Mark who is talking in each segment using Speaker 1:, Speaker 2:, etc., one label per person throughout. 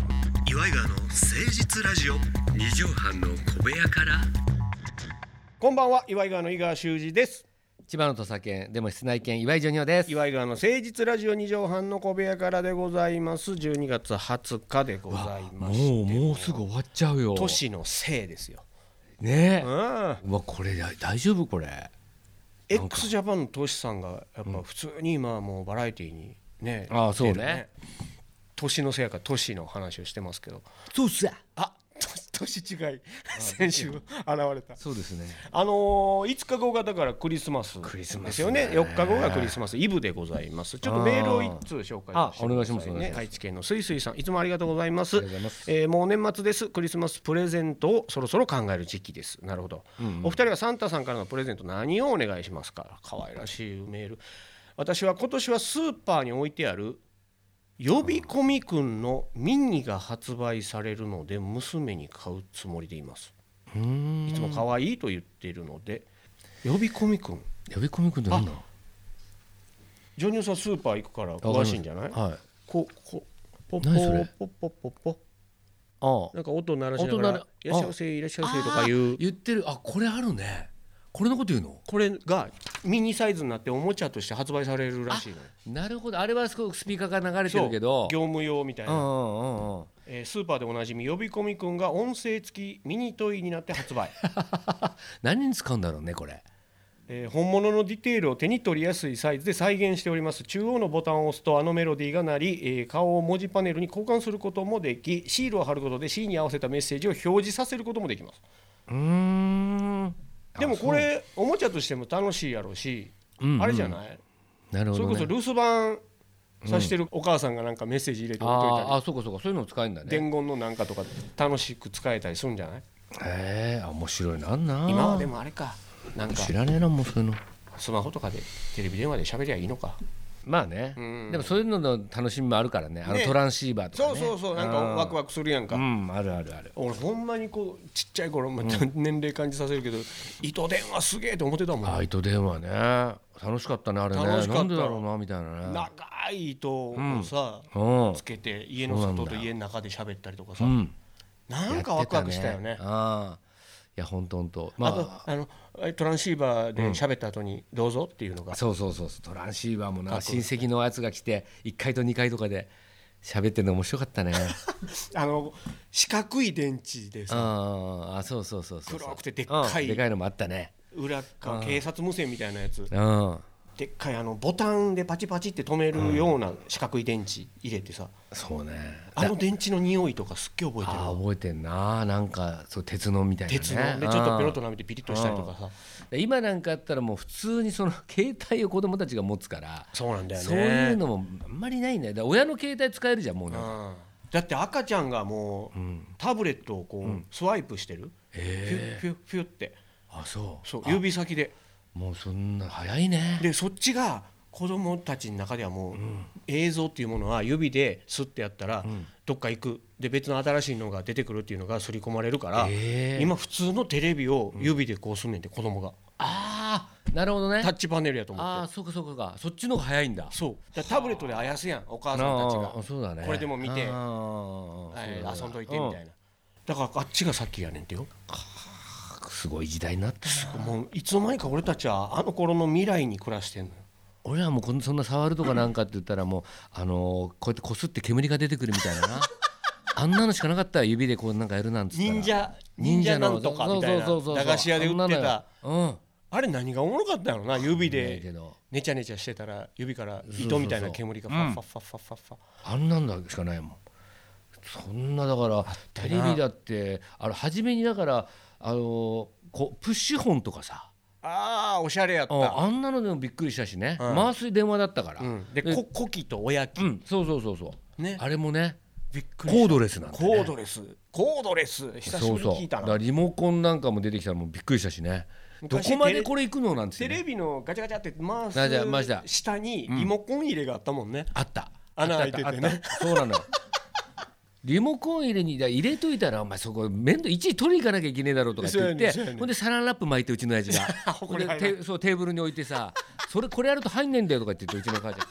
Speaker 1: イガーの誠実ラジオ
Speaker 2: 二畳半の小部屋から
Speaker 1: こんばんは岩井川の井川修司です
Speaker 2: 千葉の土佐犬でも室内犬岩井ジョニオです
Speaker 1: 岩井川の誠実ラジオ二畳半の小部屋からでございます12月20日でございまして
Speaker 2: もうもうすぐ終わっちゃうよ
Speaker 1: 都市のせいですよ
Speaker 2: ね
Speaker 1: う
Speaker 2: え、
Speaker 1: ん
Speaker 2: うわこれだ大丈夫これ
Speaker 1: x ジャパンのトシさんがやっぱ普通に今はもうバラエティーにね
Speaker 2: ああそうね
Speaker 1: 出る都市のせいやから都市の話をしてますけど
Speaker 2: そうさ
Speaker 1: あと年違い先週現れた
Speaker 2: そうですね
Speaker 1: あのー、5日後がだからクリスマス
Speaker 2: リスマスね
Speaker 1: ですよね4日後がクリスマスイブでございますちょっとメールを一通紹介させて
Speaker 2: あお願いします
Speaker 1: くだ
Speaker 2: お
Speaker 1: さ
Speaker 2: 願い
Speaker 1: ね
Speaker 2: します
Speaker 1: 愛知県のすいすいさんいつもありがとうございます
Speaker 2: ありがとうございます
Speaker 1: えーもう年末ですクリスマスプレゼントをそろそろ考える時期ですなるほど、お二人はサンタさんからのプレゼント何をお願いしますか可愛らしいメール私は今年はスーパーに置いてある呼び込みくんのミニが発売されるので娘に買うつもりでいます
Speaker 2: うーん
Speaker 1: いつも可愛いと言っているので呼び込みくん
Speaker 2: 呼び込みくんって何なの
Speaker 1: ジョニオさんスーパー行くから詳しいんじゃない
Speaker 2: はい
Speaker 1: ここポッポ
Speaker 2: 何それ
Speaker 1: ーポッポッポッポ
Speaker 2: あ
Speaker 1: なんか音鳴らしなが
Speaker 2: 音鳴
Speaker 1: ら
Speaker 2: ら
Speaker 1: 「いらっしゃいませいらっしゃいませ」とか言う
Speaker 2: 言ってるあこれあるねこれのこと言うの
Speaker 1: これがミニサイズになっておもちゃとして発売されるらしいのよ
Speaker 2: なるほどあれはすごくスピーカーが流れて
Speaker 1: そう
Speaker 2: るけど
Speaker 1: 業務用みたい
Speaker 2: うんう
Speaker 1: な、
Speaker 2: んうんうん
Speaker 1: えースーパーでおなじみ呼び込みくんが音声付きミニトイになって発売、
Speaker 2: 何に使うんだろうねこれ
Speaker 1: えー本物のディテールを手に取りやすいサイズで再現しております中央のボタンを押すとあのメロディーが鳴り、えー顔を文字パネルに交換することもできシールを貼ることでシーンに合わせたメッセージを表示させることもできます
Speaker 2: うーん
Speaker 1: でもこれおもちゃとしても楽しいやろうし、
Speaker 2: うんうん
Speaker 1: あれじゃない
Speaker 2: なるほ
Speaker 1: それ
Speaker 2: ど
Speaker 1: こそ
Speaker 2: ね
Speaker 1: 留守番さしてるお母さんがなんかメッセージ入れて置いといたり、
Speaker 2: あーあそうかそうかそういうのも使えるんだね
Speaker 1: 伝言のなんかとか楽しく使えたりするんじゃない
Speaker 2: へえあ面白いなんな
Speaker 1: 今はでもあれかなんか
Speaker 2: 知らねえなもうそういうの
Speaker 1: スマホとかでテレビ電話で喋りゃいいのか
Speaker 2: まあね
Speaker 1: ん
Speaker 2: でもそういうのの楽しみもあるからねあの
Speaker 1: ね
Speaker 2: トランシーバーとかね
Speaker 1: そうなんかワクワクするやんか
Speaker 2: うんあるあるある
Speaker 1: 俺ほんまにこうちっちゃい頃、また年齢感じさせるけど糸電話すげえって思ってたもん
Speaker 2: あ糸電話ね楽しかったねあれね
Speaker 1: 楽しかった
Speaker 2: なんでだろうなみたいなね
Speaker 1: 長い糸をさ、
Speaker 2: うん
Speaker 1: つけて家の
Speaker 2: そ
Speaker 1: 外
Speaker 2: うな
Speaker 1: と
Speaker 2: んだ
Speaker 1: 家の中で喋ったりとかさ、
Speaker 2: うん
Speaker 1: なんかワクワクしたよね
Speaker 2: やってああいやほんとほんとま
Speaker 1: あ
Speaker 2: あ
Speaker 1: とあのえトランシーバーで喋った後に「どうぞ」っていうのが、
Speaker 2: そうそうそうそうトランシーバーもな親戚のやつが来て1階と2階とかで喋ってるの面白か ったね
Speaker 1: あの四角い電池でさ
Speaker 2: ああそうそうそうそうそう
Speaker 1: 黒くてでっかい
Speaker 2: うんでかいのもあったね
Speaker 1: 裏っ側警察無線みたいなやつ
Speaker 2: うん
Speaker 1: でっかいあのボタンでパチパチって止めるような四角い電池入れてさ、
Speaker 2: そうね
Speaker 1: あの電池の匂いとかすっげえ覚えてる
Speaker 2: あー覚えてんななんかそう鉄のみたいな、ね、
Speaker 1: 鉄のでちょっとペロッと
Speaker 2: うん
Speaker 1: 舐めてピリッとしたりとかさ
Speaker 2: で今なんかあったらもう普通にその 携帯を子供たちが持つから
Speaker 1: そうなんだよね
Speaker 2: そういうのもあんまりないねだから親の携帯使えるじゃんもうなんか
Speaker 1: うんだって赤ちゃんがもう、タブレットをこう、スワイプしてるフュッフュッフュッって
Speaker 2: あそう
Speaker 1: そう指先で
Speaker 2: もうそんな早いね
Speaker 1: でそっちが子供たちの中ではもう、映像っていうものは指ですってやったら、どっか行くで別の新しいのが出てくるっていうのが刷り込まれるから、
Speaker 2: ええ
Speaker 1: 今普通のテレビを指でこうすんねんて子供が、
Speaker 2: ああなるほどね
Speaker 1: タッチパネルやと思
Speaker 2: あ
Speaker 1: っ
Speaker 2: あ
Speaker 1: て
Speaker 2: そうかそうかそうかそっちの方が早いんだ
Speaker 1: そうだからタブレットであやすやんお母さんたち
Speaker 2: あ
Speaker 1: が
Speaker 2: あそうだね
Speaker 1: これでも見て
Speaker 2: あー
Speaker 1: はい
Speaker 2: そうだね
Speaker 1: 遊んどいてみたいな、だからあっちがさっきやねんてよ
Speaker 2: うんすごい時代になったな
Speaker 1: もういつの間にか俺たちはあの頃の未来に暮らしてんのよ
Speaker 2: 俺らもこんそんな触るとかなんかって言ったらもうあのーこうやってこすって煙が出てくるみたいな なあんなのしかなかったよ指でこうなんかやるなんつったら
Speaker 1: 忍者忍者なんとかみたいな
Speaker 2: そうそうそうそう
Speaker 1: 駄菓子屋で売ってた
Speaker 2: あんなのよ
Speaker 1: あれ何がおもろかったのな指
Speaker 2: うんないけ
Speaker 1: で
Speaker 2: ど
Speaker 1: ねちゃねちゃしてたら指から
Speaker 2: そうそ
Speaker 1: 糸
Speaker 2: う
Speaker 1: みたいな煙がファッファッファッファッファッファ
Speaker 2: あんなんだしかないもんそんなだからテレビだってあの初めにだからあのーこうプッシュホンとかさ
Speaker 1: あーおしゃれやっ
Speaker 2: う
Speaker 1: た
Speaker 2: んあんなのでもびっくりしたしね、
Speaker 1: うん
Speaker 2: 回す電話だったから、
Speaker 1: うんでここきと親き
Speaker 2: うんそうそうそうそう、
Speaker 1: ね
Speaker 2: あれもね
Speaker 1: びっく
Speaker 2: コ
Speaker 1: りし
Speaker 2: ードレス
Speaker 1: た
Speaker 2: なんだ、ね、
Speaker 1: コードレスコードレス久しぶりに聞いた
Speaker 2: だか
Speaker 1: な
Speaker 2: らリモコンなんかも出てきたらもうびっくりしたしねど
Speaker 1: 昔
Speaker 2: こまでこれいくのなんて、
Speaker 1: テレビのガチャガチャって回
Speaker 2: ガチャ回し
Speaker 1: す
Speaker 2: た
Speaker 1: 下にリモコン入れがあったもんね
Speaker 2: あった
Speaker 1: 穴開いててね
Speaker 2: あったあったそうなのよリモコン入れにだ入れといたらお前そこ面倒いちいち取りに行かなきゃいけねえだろうとかって言っ
Speaker 1: そうやねんそうやね
Speaker 2: て
Speaker 1: ん
Speaker 2: ほんでサランラップ巻いてうちの親父
Speaker 1: ほ
Speaker 2: がほ
Speaker 1: こ
Speaker 2: ん
Speaker 1: り
Speaker 2: で
Speaker 1: 入らない
Speaker 2: テそうテーブルに置いてさそれこれやると入んねえんだよとかって言ってうちの母ちゃん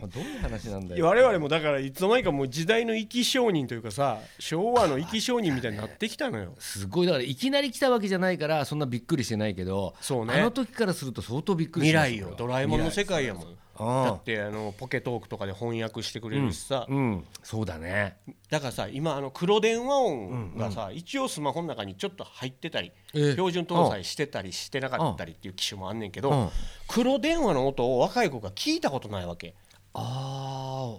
Speaker 2: どういう話なんだよ
Speaker 1: 我々もだからいつの間にかもう時代の生き証人というかさ昭和の生き証人みたいになってきたのよ
Speaker 2: すごいだからいきなり来たわけじゃないからそんなびっくりしてないけど
Speaker 1: そうね
Speaker 2: あの時からすると相当びっくり
Speaker 1: 未
Speaker 2: しました
Speaker 1: 来よドラえもんの世界やもんだ
Speaker 2: あ
Speaker 1: ってあのポケトークとかで翻訳してくれるしさ、
Speaker 2: あうんそうだね
Speaker 1: だからさ今あの黒電話音がさ、一応スマホの中にちょっと入ってたり、
Speaker 2: ええ
Speaker 1: 標準搭載してたりしてなかったりっていう機種もあんねんけど、
Speaker 2: うん
Speaker 1: 黒電話の音を若い子が聞いたことないわけ、
Speaker 2: あ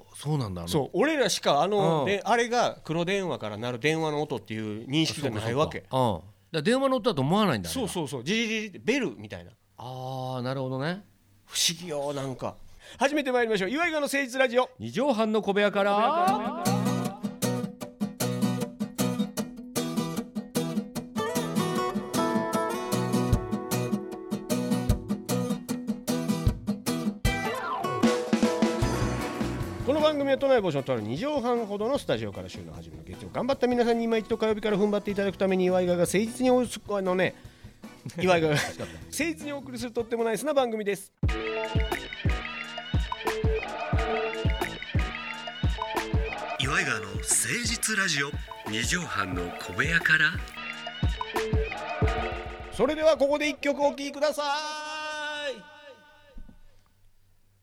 Speaker 2: あそうなんだあの
Speaker 1: そう俺らしかあの、
Speaker 2: うん
Speaker 1: であれが黒電話からなる電話の音っていう認識がないわけ
Speaker 2: ああだから電話の音だと思わないんだあれ
Speaker 1: そう
Speaker 2: は
Speaker 1: そうそうジリジリってベルみたいな
Speaker 2: ああなるほどね
Speaker 1: 不思議よなんか初めて参りましょう岩井川の誠実ラジオ
Speaker 2: 二畳半の小部屋から
Speaker 1: この番組は都内防止のとある2畳半ほどのスタジオから週の初めの月曜頑張った皆さんに今一度火曜日から踏ん張っていただくために岩井川が誠実におすあのね岩井川が誠実にお送りするとってもナイスな番組です
Speaker 3: 岩井川の誠実ラジオ二畳半の小部屋から
Speaker 1: それではここで一曲お聴きください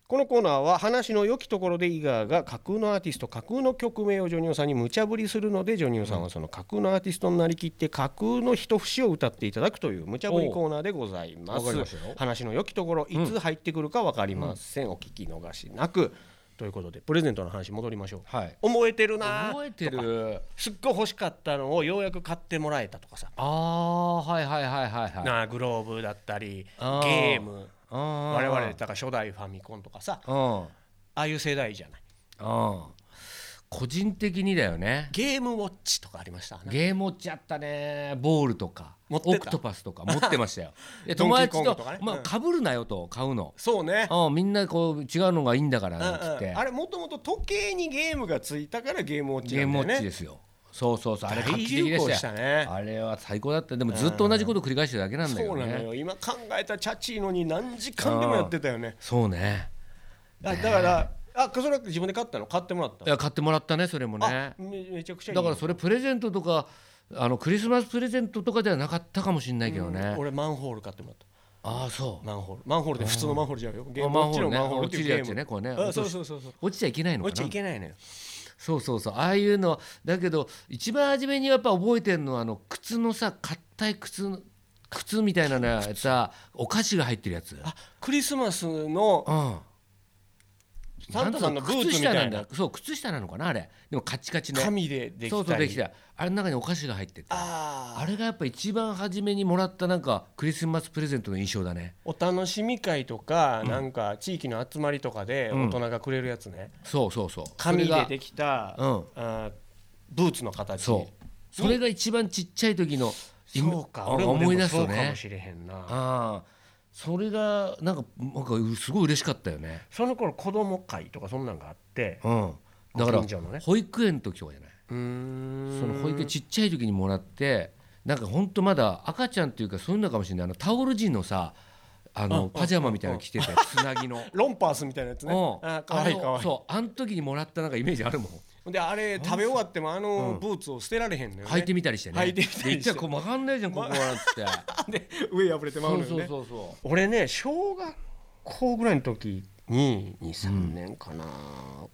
Speaker 1: このコーナーは話の良きところで井川が架空のアーティスト架空の曲名をジョニオさんに無茶ぶりするのでジョニオさんはその架空のアーティストになりきって架空の一節を歌っていただくという無茶ぶりコーナーでございま
Speaker 2: おうわかり
Speaker 1: す
Speaker 2: ましたよ
Speaker 1: 話の良きところいつ入ってくるか分かりません、お聞き逃しなくということでプレゼントの話戻りましょう
Speaker 2: はい
Speaker 1: 思えてるな
Speaker 2: 覚えてる
Speaker 1: すっごい欲しかったのをようやく買ってもらえたとかさ
Speaker 2: ああはいはいはいはいはい
Speaker 1: なあグローブだったり
Speaker 2: あー
Speaker 1: ゲーム我
Speaker 2: 我
Speaker 1: 々だから初代ファミコンとかさ
Speaker 2: うんうん
Speaker 1: ああいう世代じゃない
Speaker 2: 個人的にだよね
Speaker 1: ゲームウォッチとかありました
Speaker 2: ゲーム持っちゃったねボールとか
Speaker 1: 持ってた
Speaker 2: オクトパ スとか持ってましたよで
Speaker 1: ドン
Speaker 2: 友
Speaker 1: キーコ
Speaker 2: 達
Speaker 1: ング
Speaker 2: と
Speaker 1: とかね
Speaker 2: まあ
Speaker 1: うん
Speaker 2: かぶるなよ」と買うの、
Speaker 1: そうね
Speaker 2: うん、みんなこう違うのがいいんだから
Speaker 1: うんうん
Speaker 2: っつって、
Speaker 1: あれもともと時計にゲームがついたからゲームウォッチ
Speaker 2: ゲー
Speaker 1: なんだ
Speaker 2: ムウ
Speaker 1: よ
Speaker 2: ォッチ
Speaker 1: ね
Speaker 2: ですよそうそうそうあれ画
Speaker 1: 大
Speaker 2: 期的
Speaker 1: 流
Speaker 2: で
Speaker 1: 行
Speaker 2: し
Speaker 1: したた
Speaker 2: よ
Speaker 1: ね
Speaker 2: あれは最高だったでもずっと同じこと繰り返してるだけなんだ
Speaker 1: そ
Speaker 2: よ
Speaker 1: うなの
Speaker 2: ね
Speaker 1: よ今考えたらチャチーのに何時間でもやってたよね
Speaker 2: そうね
Speaker 1: あだからあそれは自分で買ったの買ってもらった
Speaker 2: いや買ってもらったねそれもね
Speaker 1: あめめちゃくちゃいい
Speaker 2: だからそれプレゼントとかあのクリスマスプレゼントとかではなかったかもしれないけどね、
Speaker 1: 俺マンホール買ってもらった
Speaker 2: ああそう
Speaker 1: マンホールマンホールで普通のマンホールじゃないよゲー
Speaker 2: あ
Speaker 1: ムウォッチの
Speaker 2: ね
Speaker 1: マンホールっていうゲ
Speaker 2: 落ち
Speaker 1: ー
Speaker 2: るやつねこ
Speaker 1: ム
Speaker 2: うね
Speaker 1: あそうそうそうそう
Speaker 2: 落ちちゃいけないの
Speaker 1: 落
Speaker 2: か
Speaker 1: ちちゃ
Speaker 2: ない
Speaker 1: けないのよ
Speaker 2: そうそうそうああいうのだけど一番初めにやっぱ覚えてるのはあの靴のさ硬い靴の靴みたいなのやさお菓子が入ってるやつ
Speaker 1: あクリスマスの
Speaker 2: うん
Speaker 1: サンタさんのブーツみたい
Speaker 2: 靴
Speaker 1: な
Speaker 2: 下んだそう靴下なのかなあれでもカチカチの
Speaker 1: 紙でできたり
Speaker 2: そうそうできたあれの中にお菓子が入っててあ
Speaker 1: あー
Speaker 2: れがやっぱ一番初めにもらったなんかクリスマスプレゼントの印象だね
Speaker 1: お楽しみ会とか、なんか地域の集まりとかで大人がくれるやつね、
Speaker 2: そうそうそう
Speaker 1: 紙
Speaker 2: それ
Speaker 1: で
Speaker 2: が
Speaker 1: できた、
Speaker 2: うん
Speaker 1: あーブーツの形
Speaker 2: そうそれが一番ちっちゃい時のイメ
Speaker 1: そうか
Speaker 2: あ
Speaker 1: 俺も
Speaker 2: 思い出す
Speaker 1: そ
Speaker 2: と
Speaker 1: うか
Speaker 2: ね
Speaker 1: もしれへんな
Speaker 2: ああそれがなんかなんかすごい嬉しかったよね
Speaker 1: その頃子供会とかそんなんがあって
Speaker 2: うんだか
Speaker 1: ご
Speaker 2: ら
Speaker 1: 近所のね
Speaker 2: 保育園の時とかじゃないう
Speaker 1: ーん
Speaker 2: その保育園ちっちゃい時にもらってなんかほんとまだ赤ちゃんっていうかそういうのかもしれないあのタオル地のさあのパジャマみたいなの着てたよつなぎの
Speaker 1: ロンパースみたいなやつ
Speaker 2: う
Speaker 1: ね
Speaker 2: ん
Speaker 1: あーかわいい
Speaker 2: あの
Speaker 1: かわい
Speaker 2: そうあの時にもらったなんかイメージあるもん
Speaker 1: いであれ食べ終わってもあのブーツを捨てられへんのよ、ね
Speaker 2: 履いてみたりしてね
Speaker 1: 履いてみたりして
Speaker 2: でいっちゃこう曲がんないじゃんここはなん つって
Speaker 1: で上破れてまう
Speaker 2: そ
Speaker 1: のよ
Speaker 2: う
Speaker 1: ね
Speaker 2: そうそうそう
Speaker 1: 俺ね小学校ぐらいの時に23年かな、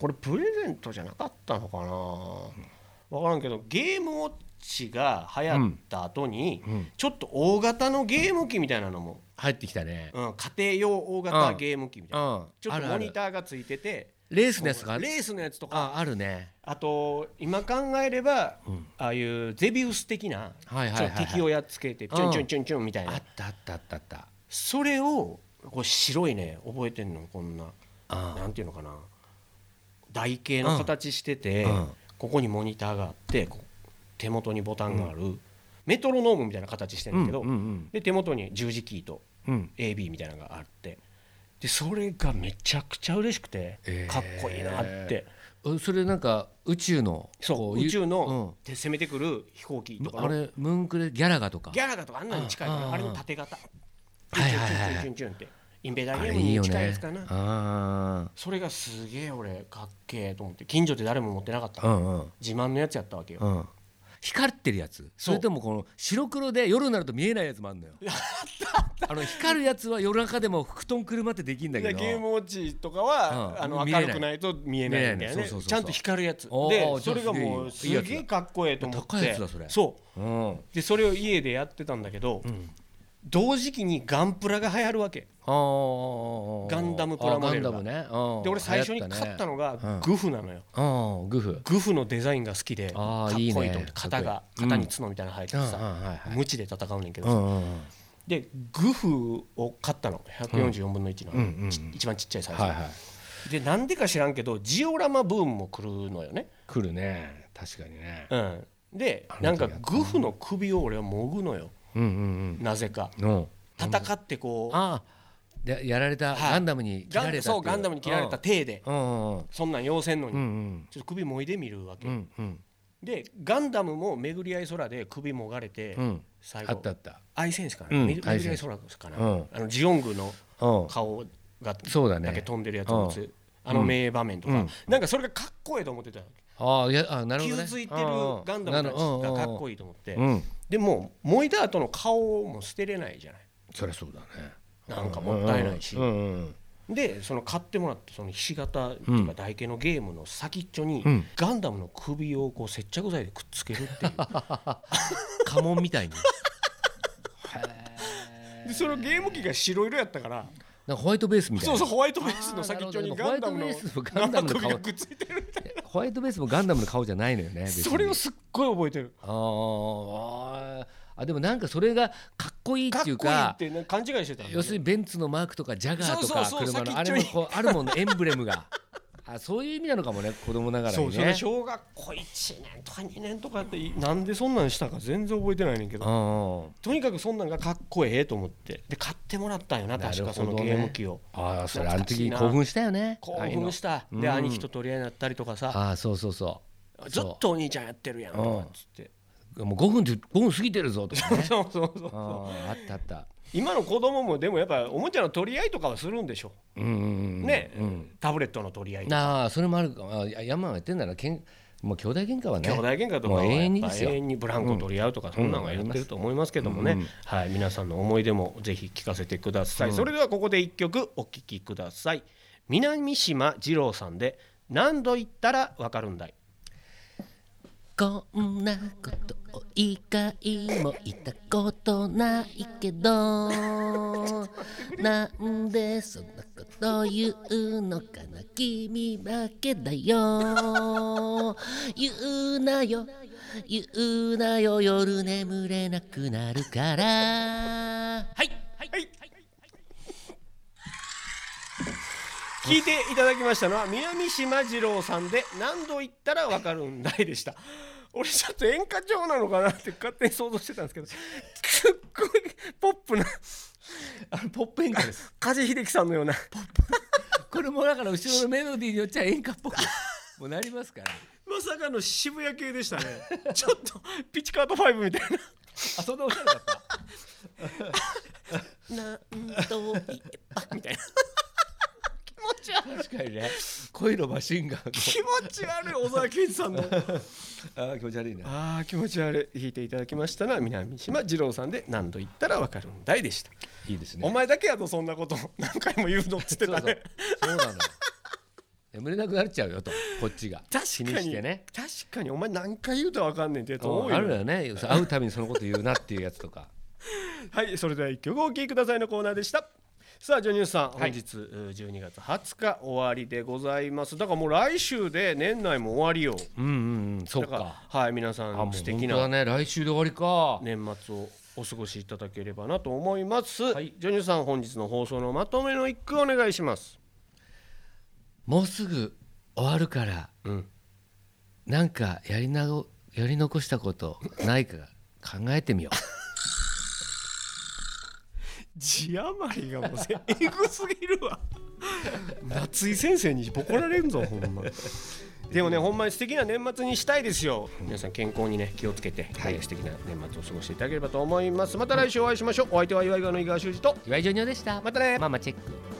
Speaker 1: これプレゼントじゃなかったのかな分からんけどゲームウォッチが流行った後に、ちょっと大型のゲーム機みたいなのも、
Speaker 2: 入ってきたね
Speaker 1: うん、家庭用大型ゲーム機みたいな、
Speaker 2: うん
Speaker 1: ちょっ
Speaker 2: あ
Speaker 1: と
Speaker 2: るあ
Speaker 1: モ
Speaker 2: る
Speaker 1: ニターがついてて
Speaker 2: レースのやつが
Speaker 1: レースのやつとか
Speaker 2: ああるね
Speaker 1: あと今考えれば、ああいうゼビウス的な、
Speaker 2: はいはいはいはい
Speaker 1: ちょっと敵をやっつけてチュンチュンチュンチュンみたいな、
Speaker 2: あったあったあったあった
Speaker 1: それをこれ白いね覚えてんのこんな
Speaker 2: あ
Speaker 1: なんていうのかな台形の形してて、
Speaker 2: うんうん
Speaker 1: ここにモニターがあってこう手元にボタンがある、メトロノームみたいな形してんだけど、
Speaker 2: うんうん
Speaker 1: で手元に十字キーと
Speaker 2: うん
Speaker 1: AB みたいなのがあってでそれがめちゃくちゃ嬉しくて、
Speaker 2: えー
Speaker 1: かっこいいなって
Speaker 2: うんそれなんか宇宙の
Speaker 1: そ
Speaker 2: こ
Speaker 1: う宇宙の、、
Speaker 2: ゆ
Speaker 1: で攻めてくる飛行機
Speaker 2: うん
Speaker 1: とか
Speaker 2: あ
Speaker 1: の
Speaker 2: れムーンクレギャラガとか
Speaker 1: ギャラだとかあんなに近いか
Speaker 2: あ
Speaker 1: ら
Speaker 2: あ
Speaker 1: あれの縦型
Speaker 2: はいはいはい
Speaker 1: チュンチュンチュンチュンチュンってインベーダー
Speaker 2: あ
Speaker 1: ゲー
Speaker 2: れ
Speaker 1: ム
Speaker 2: いい
Speaker 1: に
Speaker 2: よ
Speaker 1: 近いで
Speaker 2: ね
Speaker 1: すかな
Speaker 2: あ
Speaker 1: それがすげえ俺かっけえと思って近所で誰も持ってなかった
Speaker 2: ーう
Speaker 1: の
Speaker 2: んうん
Speaker 1: 自慢のやつやったわけよ
Speaker 2: うん光ってるやつそれともこの白黒で夜になると見えないやつもあんのよ あの光るやつは夜中でも布団くるまってできんだけ
Speaker 1: で
Speaker 2: ど
Speaker 1: ゲームウォッチとかは、
Speaker 2: うん
Speaker 1: あの
Speaker 2: 見れな
Speaker 1: 明
Speaker 2: い
Speaker 1: るくないと見えないんだよ
Speaker 2: 見えな
Speaker 1: ね
Speaker 2: いそうそうそうそう
Speaker 1: ちゃんと光るやつ
Speaker 2: おー
Speaker 1: で
Speaker 2: じゃあ
Speaker 1: それがもう
Speaker 2: す
Speaker 1: す
Speaker 2: げえいいやつだ
Speaker 1: げえかっこええと思って
Speaker 2: 高いやつだそれ
Speaker 1: う
Speaker 2: うん
Speaker 1: でそれを家でやってたんだけど、同時期にガンプラが流行るわけ
Speaker 2: あー
Speaker 1: ガンダムプラモデルが
Speaker 2: あガンダムねうん
Speaker 1: で俺最初に買ったの
Speaker 2: 流行った
Speaker 1: が
Speaker 2: ね
Speaker 1: グフなのよ、
Speaker 2: うんグフ
Speaker 1: グフのデザインが好きでか
Speaker 2: あ
Speaker 1: っ
Speaker 2: ー
Speaker 1: こ
Speaker 2: い
Speaker 1: いい
Speaker 2: いね
Speaker 1: と思って肩が
Speaker 2: かっこいい
Speaker 1: 肩に角みたいなの生えてて
Speaker 2: うんうんうんはい
Speaker 1: さ
Speaker 2: はい
Speaker 1: 無知で戦うねんけど
Speaker 2: う
Speaker 1: さ
Speaker 2: んうんうん
Speaker 1: でグフを買ったの144分の1の、ち一番ちっちゃいサイズ、
Speaker 2: はいはい
Speaker 1: でなんでか知らんけどジオラマブームも来るのよね、
Speaker 2: 来るね確かにね
Speaker 1: うん、でなんかグフの首を俺はもぐのよ
Speaker 2: うんうん
Speaker 1: なぜか
Speaker 2: うんの
Speaker 1: 戦ってこう
Speaker 2: あーでやられ
Speaker 1: は
Speaker 2: た
Speaker 1: い
Speaker 2: ガンダムに切
Speaker 1: ガ
Speaker 2: ら
Speaker 1: ン
Speaker 2: れた
Speaker 1: そうガンダムに切られた体で
Speaker 2: うんうん
Speaker 1: そんなん要せんのに、
Speaker 2: うんうん
Speaker 1: ちょっと首もいでみるわけ、
Speaker 2: うんうん
Speaker 1: でガンダムも巡り合い空で首もがれて、
Speaker 2: うん
Speaker 1: 最
Speaker 2: あったあ
Speaker 1: 後
Speaker 2: った
Speaker 1: アイセンスか
Speaker 2: う
Speaker 1: な、
Speaker 2: ん
Speaker 1: め巡
Speaker 2: アイ
Speaker 1: り
Speaker 2: セ
Speaker 1: 合
Speaker 2: ン
Speaker 1: い
Speaker 2: ス
Speaker 1: 空ですかな、
Speaker 2: うん
Speaker 1: あのジオングの
Speaker 2: うん
Speaker 1: 顔が
Speaker 2: そうだ
Speaker 1: だけ
Speaker 2: ね
Speaker 1: 飛んでるやつを打つ、
Speaker 2: う
Speaker 1: あの名場面とか、
Speaker 2: うん
Speaker 1: なんかそれがかっこいいと思ってたよ
Speaker 2: ああいやあなるほど
Speaker 1: 傷
Speaker 2: ね
Speaker 1: ついてるガンダムたちがかっこいいと思って、
Speaker 2: うん
Speaker 1: でも燃えた後の顔も捨てれないじゃない
Speaker 2: そりゃそうだね
Speaker 1: なんかもったいないし、
Speaker 2: うんうん
Speaker 1: でその買ってもらったそのひし形っていうか台形のゲームの先っちょに、
Speaker 2: うん
Speaker 1: ガンダムの首をこう接着剤でくっつけるっていう
Speaker 2: 家紋みたいに
Speaker 1: でそのゲーム機が白色やったから
Speaker 2: なんかホワイトベースみたい
Speaker 1: そう
Speaker 2: な
Speaker 1: そうホワイトベースの先っちょに
Speaker 2: あーな
Speaker 1: ガン
Speaker 2: る
Speaker 1: ダ
Speaker 2: ほ
Speaker 1: ム
Speaker 2: ど
Speaker 1: の
Speaker 2: ねホワイトベースのガン
Speaker 1: 生首
Speaker 2: ダムの顔
Speaker 1: がくっついてる
Speaker 2: ホワイトベースもガンダムの顔じゃないのよね別に
Speaker 1: それをすっごい覚えてる
Speaker 2: あーあでもなんかそれがかっこいい
Speaker 1: か
Speaker 2: っ
Speaker 1: ってこ
Speaker 2: い
Speaker 1: いうい
Speaker 2: か
Speaker 1: ってね勘違いしてたんだよ
Speaker 2: 要するにベンツのマークとかジャガーとか
Speaker 1: そうそうそう
Speaker 2: 車の
Speaker 1: 先
Speaker 2: あ
Speaker 1: っち
Speaker 2: れ
Speaker 1: ょ
Speaker 2: も
Speaker 1: に
Speaker 2: こうあるもんねエンブレ ムがあそういう意味なのかもね子供ながら
Speaker 1: そう
Speaker 2: に
Speaker 1: それ
Speaker 2: ね
Speaker 1: 小学校1年とか2年とかってなんでそんなんしたか全然覚えてないねんけ
Speaker 2: う
Speaker 1: ど
Speaker 2: んうん
Speaker 1: とにかくそんなんがかっこええと思ってで買ってもらったんよな
Speaker 2: な
Speaker 1: 確
Speaker 2: る
Speaker 1: か
Speaker 2: ほ
Speaker 1: そ
Speaker 2: ど
Speaker 1: の
Speaker 2: ね
Speaker 1: ゲーム機を
Speaker 2: ああそれあの
Speaker 1: 懐かし
Speaker 2: 時
Speaker 1: いな
Speaker 2: 興奮したよね
Speaker 1: 興
Speaker 2: ああいうの
Speaker 1: 奮した
Speaker 2: うん
Speaker 1: で兄貴と取り合いになったりとかさ
Speaker 2: ああそうそうそ
Speaker 1: ずっとお兄ちゃんやってるやんとかっつって
Speaker 2: うもう5分で5分過ぎてるぞとかね
Speaker 1: そうそうそう
Speaker 2: あああったあった
Speaker 1: 今の子供もでもやっぱおもちゃの取り合いとかはするんでしょ
Speaker 2: うんうんうんうん
Speaker 1: ね
Speaker 2: うん
Speaker 1: タブレットの取り合いとか
Speaker 2: ああそれもあるかあや山がやってんならけんもう兄弟喧嘩はね
Speaker 1: 兄弟喧嘩とか
Speaker 2: も
Speaker 1: は
Speaker 2: う永
Speaker 1: やっ
Speaker 2: 遠にで
Speaker 1: ぱ
Speaker 2: すよ
Speaker 1: 永遠にブランコ取り合うとかそんなのはやってると思いますけども
Speaker 2: う
Speaker 1: ね
Speaker 2: んうん
Speaker 1: はい皆さんの思い出もぜひ聞かせてくださいそれではここで一曲お聴きください南島二郎さんで何度言ったらわかるんだい
Speaker 4: こんなことを一回も言ったことないけどなんでそんなこと言うのかな君だけだよ言うなよ言うなよ夜眠れなくなるからはい
Speaker 1: 聞いていただきましたのは南島二郎さんで何度言ったらわかるんだいでした俺ちょっと演歌調なのかなって勝手に想像してたんですけどすっごいポップな
Speaker 2: あのポップ演歌です
Speaker 1: 梶秀樹さんのような
Speaker 2: これもだから後ろのメロディーによっちゃ演歌っぽくもうなります から
Speaker 1: まさかの渋谷系で したねちょっとピチカート5みたいな
Speaker 2: あそんなおしゃれだった
Speaker 4: なんと言えば
Speaker 1: みたいな
Speaker 2: 確かにね恋のマシンガン
Speaker 1: 気持ち悪い小沢健二さんの
Speaker 2: の あー気持ち悪いね
Speaker 1: あー気持ち悪い弾いていただきましたのは南島二郎さんで何度言ったらわかるんだいでした、
Speaker 2: いいです
Speaker 1: お前だけやぞそんなこと何回も言うのっつって
Speaker 2: そう
Speaker 1: た
Speaker 2: そう
Speaker 1: ね
Speaker 2: そうなのよ眠れなくなっちゃうよとこっちが
Speaker 1: 確
Speaker 2: 気
Speaker 1: か
Speaker 2: にし
Speaker 1: に、
Speaker 2: てね
Speaker 1: 確かにお前何回言うたらわかんねんってやつ多い
Speaker 2: ある
Speaker 1: よ
Speaker 2: よね会うたびにそのこと言うなっていうやつとか
Speaker 1: はいそれでは一曲お聴きくださいのコーナーでしたさあジョニュースさん、
Speaker 2: は
Speaker 1: 本
Speaker 2: い
Speaker 1: 日うー12月20日終わりでございますだからもう来週で年内も終わりよ
Speaker 2: うんうんうんそっ
Speaker 1: だ
Speaker 2: か
Speaker 1: からはい皆さ
Speaker 2: あもうん
Speaker 1: 素
Speaker 2: 本
Speaker 1: 敵
Speaker 2: 当だ
Speaker 1: な
Speaker 2: ね来週で終わりか
Speaker 1: 年末をお過ごしいただければなと思います、
Speaker 2: い
Speaker 1: ジョニューさん本日の放送のまとめの一句お願いします
Speaker 2: もうすぐ終わるから
Speaker 1: うん
Speaker 2: なんかやりなごやり残したことないか考えてみよう
Speaker 1: 字余りがもうせ えぐすぎるわ夏井先生にボコられんぞほんまでもねほんまに素敵な年末にしたいですよ皆さん健康にね気をつけて、えー素敵な年末を過ごしていただければと思いますまた来週お会いしましょうお相手は岩井川の井川修司と
Speaker 2: 岩井ジョニオでした
Speaker 1: またね
Speaker 2: ママチェック